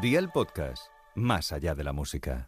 Día el podcast, más allá de la música.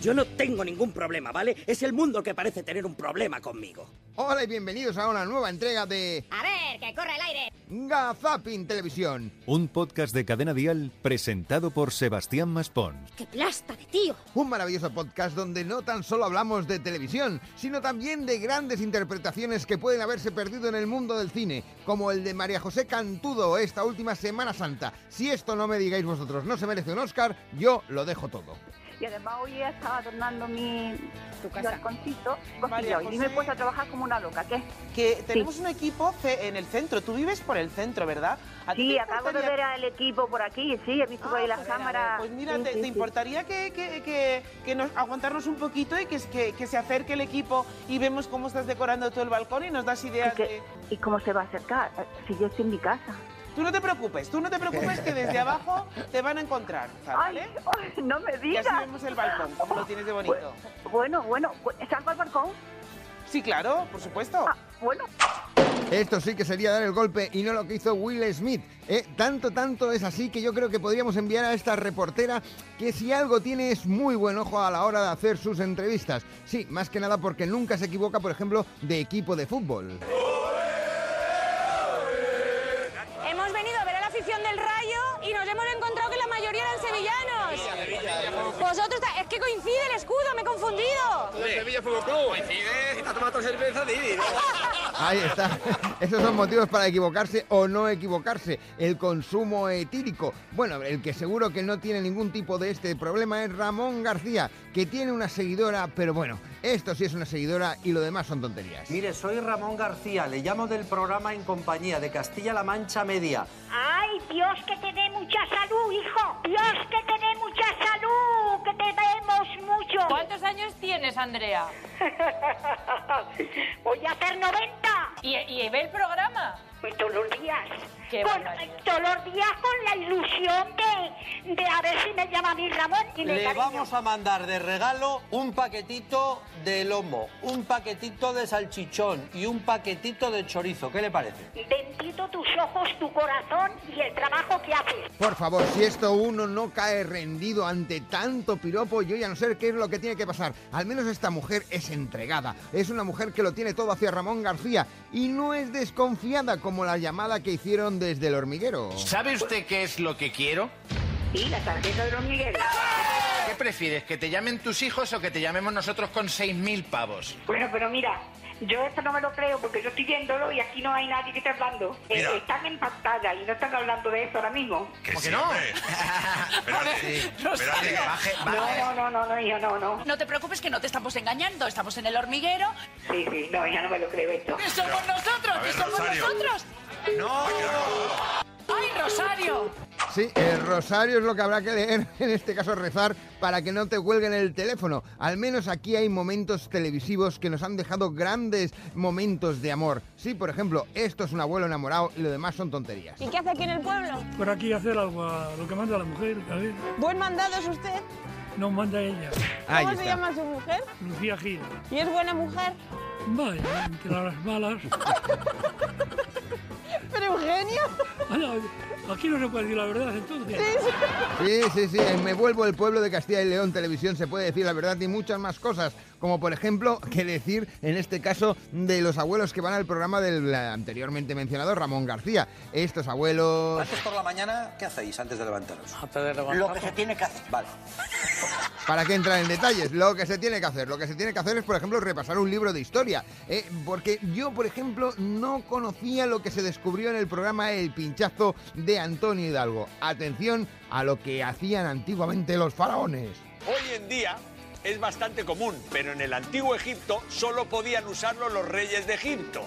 Yo no tengo ningún problema, ¿vale? Es el mundo el que parece tener un problema conmigo. Hola y bienvenidos a una nueva entrega de A ver, que corre el aire. Gazapin Televisión. Un podcast de Cadena Dial presentado por Sebastián Maspons. ¡Qué plasta de tío! Un maravilloso podcast donde no tan solo hablamos de televisión, sino también de grandes interpretaciones que pueden haberse perdido en el mundo del cine, como el de María José Cantudo esta última Semana Santa. Si esto no me digáis vosotros no se merece un Oscar, yo lo dejo todo. Y además hoy estaba adornando mi Tu casa. balconcito María cosilla hoy. y me he José. puesto a trabajar como una loca, ¿qué? Que tenemos un equipo ce- en el centro. Tú vives por el centro, ¿verdad? ¿A ti Sí, te acabo de importaría- ver al equipo por aquí, sí, he visto por Ah, ahí las joder, a ver, cámaras. Pues mira, Sí, te, sí, te sí. importaría que, que, que- que nos aguantarnos un poquito y que, es- que, que se acerque el equipo y vemos cómo estás decorando todo el balcón y nos das ideas ¿Y qué? de... ¿Y cómo se va a acercar? Eh, Si yo estoy en mi casa. Tú no te preocupes, tú no te preocupes que desde abajo te van a encontrar, Ay, Ah, ¿vale? ay, no me Y así digas. vemos el balcón, como lo tienes de bonito. Pues Bueno, bueno, bu- ¿salgo al balcón? Sí, claro, por supuesto. Ah, bueno, Esto sí que sería dar el golpe y no lo que hizo Will Smith. ¿eh? Tanto, tanto es así que yo creo que podríamos enviar a esta reportera que si algo tiene es muy buen ojo a la hora de hacer sus entrevistas. Sí, más que nada porque nunca se equivoca, por ejemplo, de equipo de fútbol. Hemos venido a ver a la afición del Rayo y nos hemos encontrado que la mayoría eran sevillanos. Vosotros, ta- es que coincide el escudo, me he confundido. Ahí está. Esos son motivos para equivocarse o no equivocarse. El consumo etílico. Bueno, el que seguro que no tiene ningún tipo de este problema es Ramón García, que tiene una seguidora, pero bueno, esto sí es una seguidora y lo demás son tonterías. Mire, soy Ramón García, le llamo del programa En Compañía de Castilla-La Mancha Media. ¡Ay, Dios, que te dé mucha salud, hijo! ¡Dios, que te dé mucha salud! ¡Que te vemos mucho! ¿Cuántos años tienes, Andrea? ¡Voy a hacer 90! ¿Y, y ve el programa? Pues todos los días. Qué Con- barbaridad. todos los días con la ilusión de, de a ver si me llama mi Ramón y me Le cariño. vamos a mandar de regalo un paquetito de lomo, un paquetito de salchichón y un paquetito de chorizo. ¿Qué le parece? Bendito tus ojos, tu corazón y el trabajo que haces. Por favor, si esto uno no cae rendido ante tanto piropo, yo ya no sé qué es lo que tiene que pasar. Al menos esta mujer es entregada. Es una mujer que lo tiene todo hacia Ramón García y no es desconfiada como la llamada que hicieron desde el hormiguero. ¿Sabe usted qué es lo que quiero? y la tarjeta de los Miguel. ¿Qué prefieres? ¿Que te llamen tus hijos o que te llamemos nosotros con 6.000 pavos? Bueno, pero mira, yo esto no me lo creo porque yo estoy viéndolo y aquí no hay nadie que esté hablando. Eh, Mira. están en pantalla y no están hablando de eso ahora mismo. ¿Cómo que no? Espérate, espérate, baje, baje. No, no, no, no, hijo, no, no. No te preocupes que no te estamos engañando, estamos en el hormiguero. Sí, sí, no, ya no me lo creo esto. ¡Que somos nosotros! ¡Que somos nosotros! ¡No! ¡Ay, Rosario! Sí, el rosario es lo que habrá que leer, en este caso rezar, para que no te cuelguen el teléfono. Al menos aquí hay momentos televisivos que nos han dejado grandes momentos de amor. Sí, por ejemplo, esto es un abuelo enamorado y lo demás son tonterías. ¿Y qué hace aquí en el pueblo? Por aquí hacer algo a lo que manda la mujer, a ver, Buen mandado es usted. no manda ella. Ahí está. su mujer? Lucía Gil. ¿Y es buena mujer? Vaya, entre las malas. Pero Eugenio. Ala, Aquí no se puede decir la verdad entonces. Sí, sí, sí, en Me Vuelvo el Pueblo de Castilla y León Televisión se puede decir la verdad y muchas más cosas, como por ejemplo que decir, en este caso, de los abuelos que van al programa del eh, anteriormente mencionado Ramón García. Estos abuelos... Antes por la mañana, ¿qué hacéis antes de levantaros? Lo que se tiene que hacer. Vale. ¿Para qué entrar en detalles? Lo que se tiene que hacer, lo que se tiene que hacer es, por ejemplo, repasar un libro de historia. ¿eh? porque yo, por ejemplo, no conocía lo que se descubrió en el programa El Pinchazo de Antonio Hidalgo. Atención a lo que hacían antiguamente los faraones. Hoy en día es bastante común, pero en el antiguo Egipto solo podían usarlo los reyes de Egipto.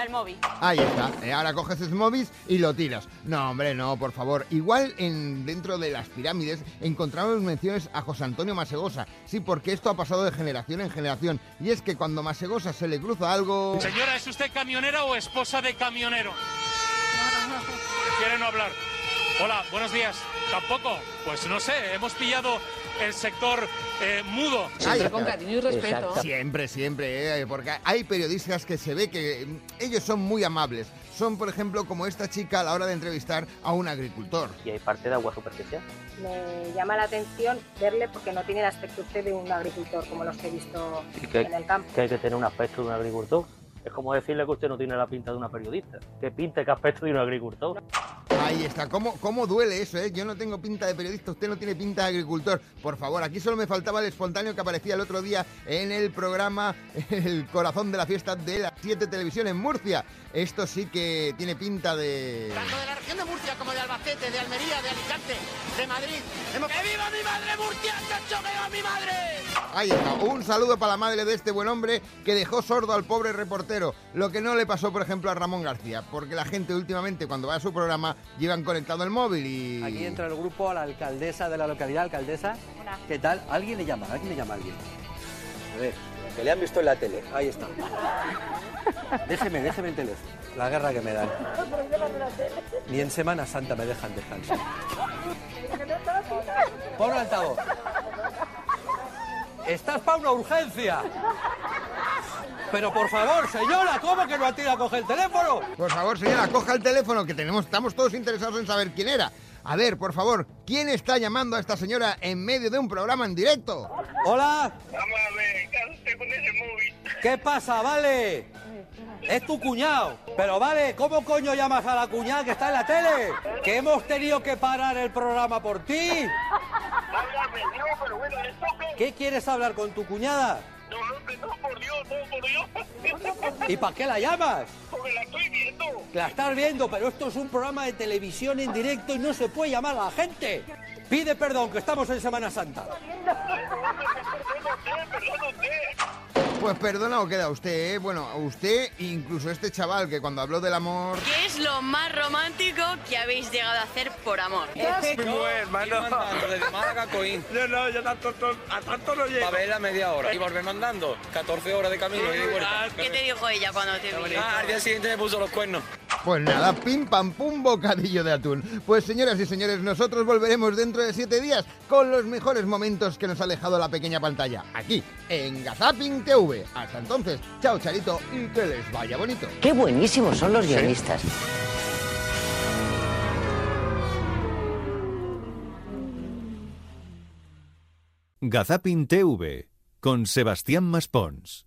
El móvil. Ahí está. eh, ahora coges sus móviles y lo tiras. No, hombre, no, por favor. Igual en, dentro de las pirámides encontramos menciones a José Antonio Masegosa. Sí, porque esto ha pasado de generación en generación. Y es que cuando Masegosa se le cruza algo... Señora, ¿es usted camionera o esposa de camionero? Prefiere no hablar. Hola, buenos días. ¿Tampoco? Pues no sé, hemos pillado el sector eh, mudo. Ahí está. cariño y respeto. Siempre, siempre, ¿eh? porque hay periodistas que se ve que mm, ellos son muy amables, son, por ejemplo, como esta chica a la hora de entrevistar a un agricultor. Y hay parte de agua superficial. Me llama la atención verle porque no tiene el aspecto usted de un agricultor como los que he visto Y que, hay- en el campo. que hay que tener un aspecto de un agricultor. Es como decirle que usted no tiene la pinta de una periodista. ¿Qué pinta y qué aspecto de un agricultor? Ahí está, ¿Cómo, cómo duele eso, ¿eh? Yo no tengo pinta de periodista, usted no tiene pinta de agricultor. Por favor, aquí solo me faltaba el espontáneo que aparecía el otro día en el programa El corazón de la fiesta de las 7 televisión en Murcia. Esto sí que tiene pinta de... Tanto de la región de Murcia como de Albacete, de Almería, de Alicante, de Madrid. Hemos... ¡Que viva mi madre Murcia! ¡Que viva mi madre! Ahí está. Un saludo para la madre de este buen hombre que dejó sordo al pobre reportero. Lo que no le pasó, por ejemplo, a Ramón García. Porque la gente últimamente cuando va a su programa llevan conectado el móvil y... Aquí entra el grupo a la alcaldesa de la localidad, alcaldesa. ¿Qué tal? ¿Alguien le llama? ¿Alguien le llama a alguien? A ver, que le han visto en la tele. Ahí está. Déjeme, déjeme el teléfono. La guerra que me dan. Ni en Semana Santa me dejan descansar. Pon un altavoz. Estás para una urgencia. Pero por favor, señora, ¿cómo que no ha tirado a coger el teléfono? Por favor, señora, coja el teléfono que tenemos, estamos todos interesados en saber quién era. A ver, por favor, ¿quién está llamando a esta señora en medio de un programa en directo? Hola. Vamos a ver, cálmate con ese móvil. ¿Qué pasa, vale? Es tu cuñado. Pero vale, ¿cómo coño llamas a la cuñada que está en la tele? Que hemos tenido que parar el programa por ti. Válgame, no, pero bueno, le toca. ¿Qué quieres hablar con tu cuñada? No, hombre, no, por Dios, no, por Dios. ¿Y para qué la llamas? Porque la estoy viendo. La estás viendo, pero esto es un programa de televisión en directo y no se puede llamar a la gente. Pide perdón, que estamos en Semana Santa. Pues perdona o queda usted, ¿eh? Bueno, usted, incluso este chaval que cuando habló del amor... ¿Qué es lo más romántico que habéis llegado a hacer por amor? hermano. Desde Málaga a Coín. No, no, yo tanto, a tanto no llego. A ver, la media hora. Y volver andando. 14 horas de camino. ida y vuelta. ¿Qué te dijo ella cuando te vio? Ah, al día siguiente me puso los cuernos. Pues nada, pim pam pum, bocadillo de atún. Pues señoras y señores, nosotros volveremos dentro de siete días con los mejores momentos que nos ha dejado la pequeña pantalla, aquí, en Gazaping TV. Hasta entonces, chao Charito y que les vaya bonito. Qué buenísimos son los Sí. guionistas. Gazapin TV con Sebastián Maspons.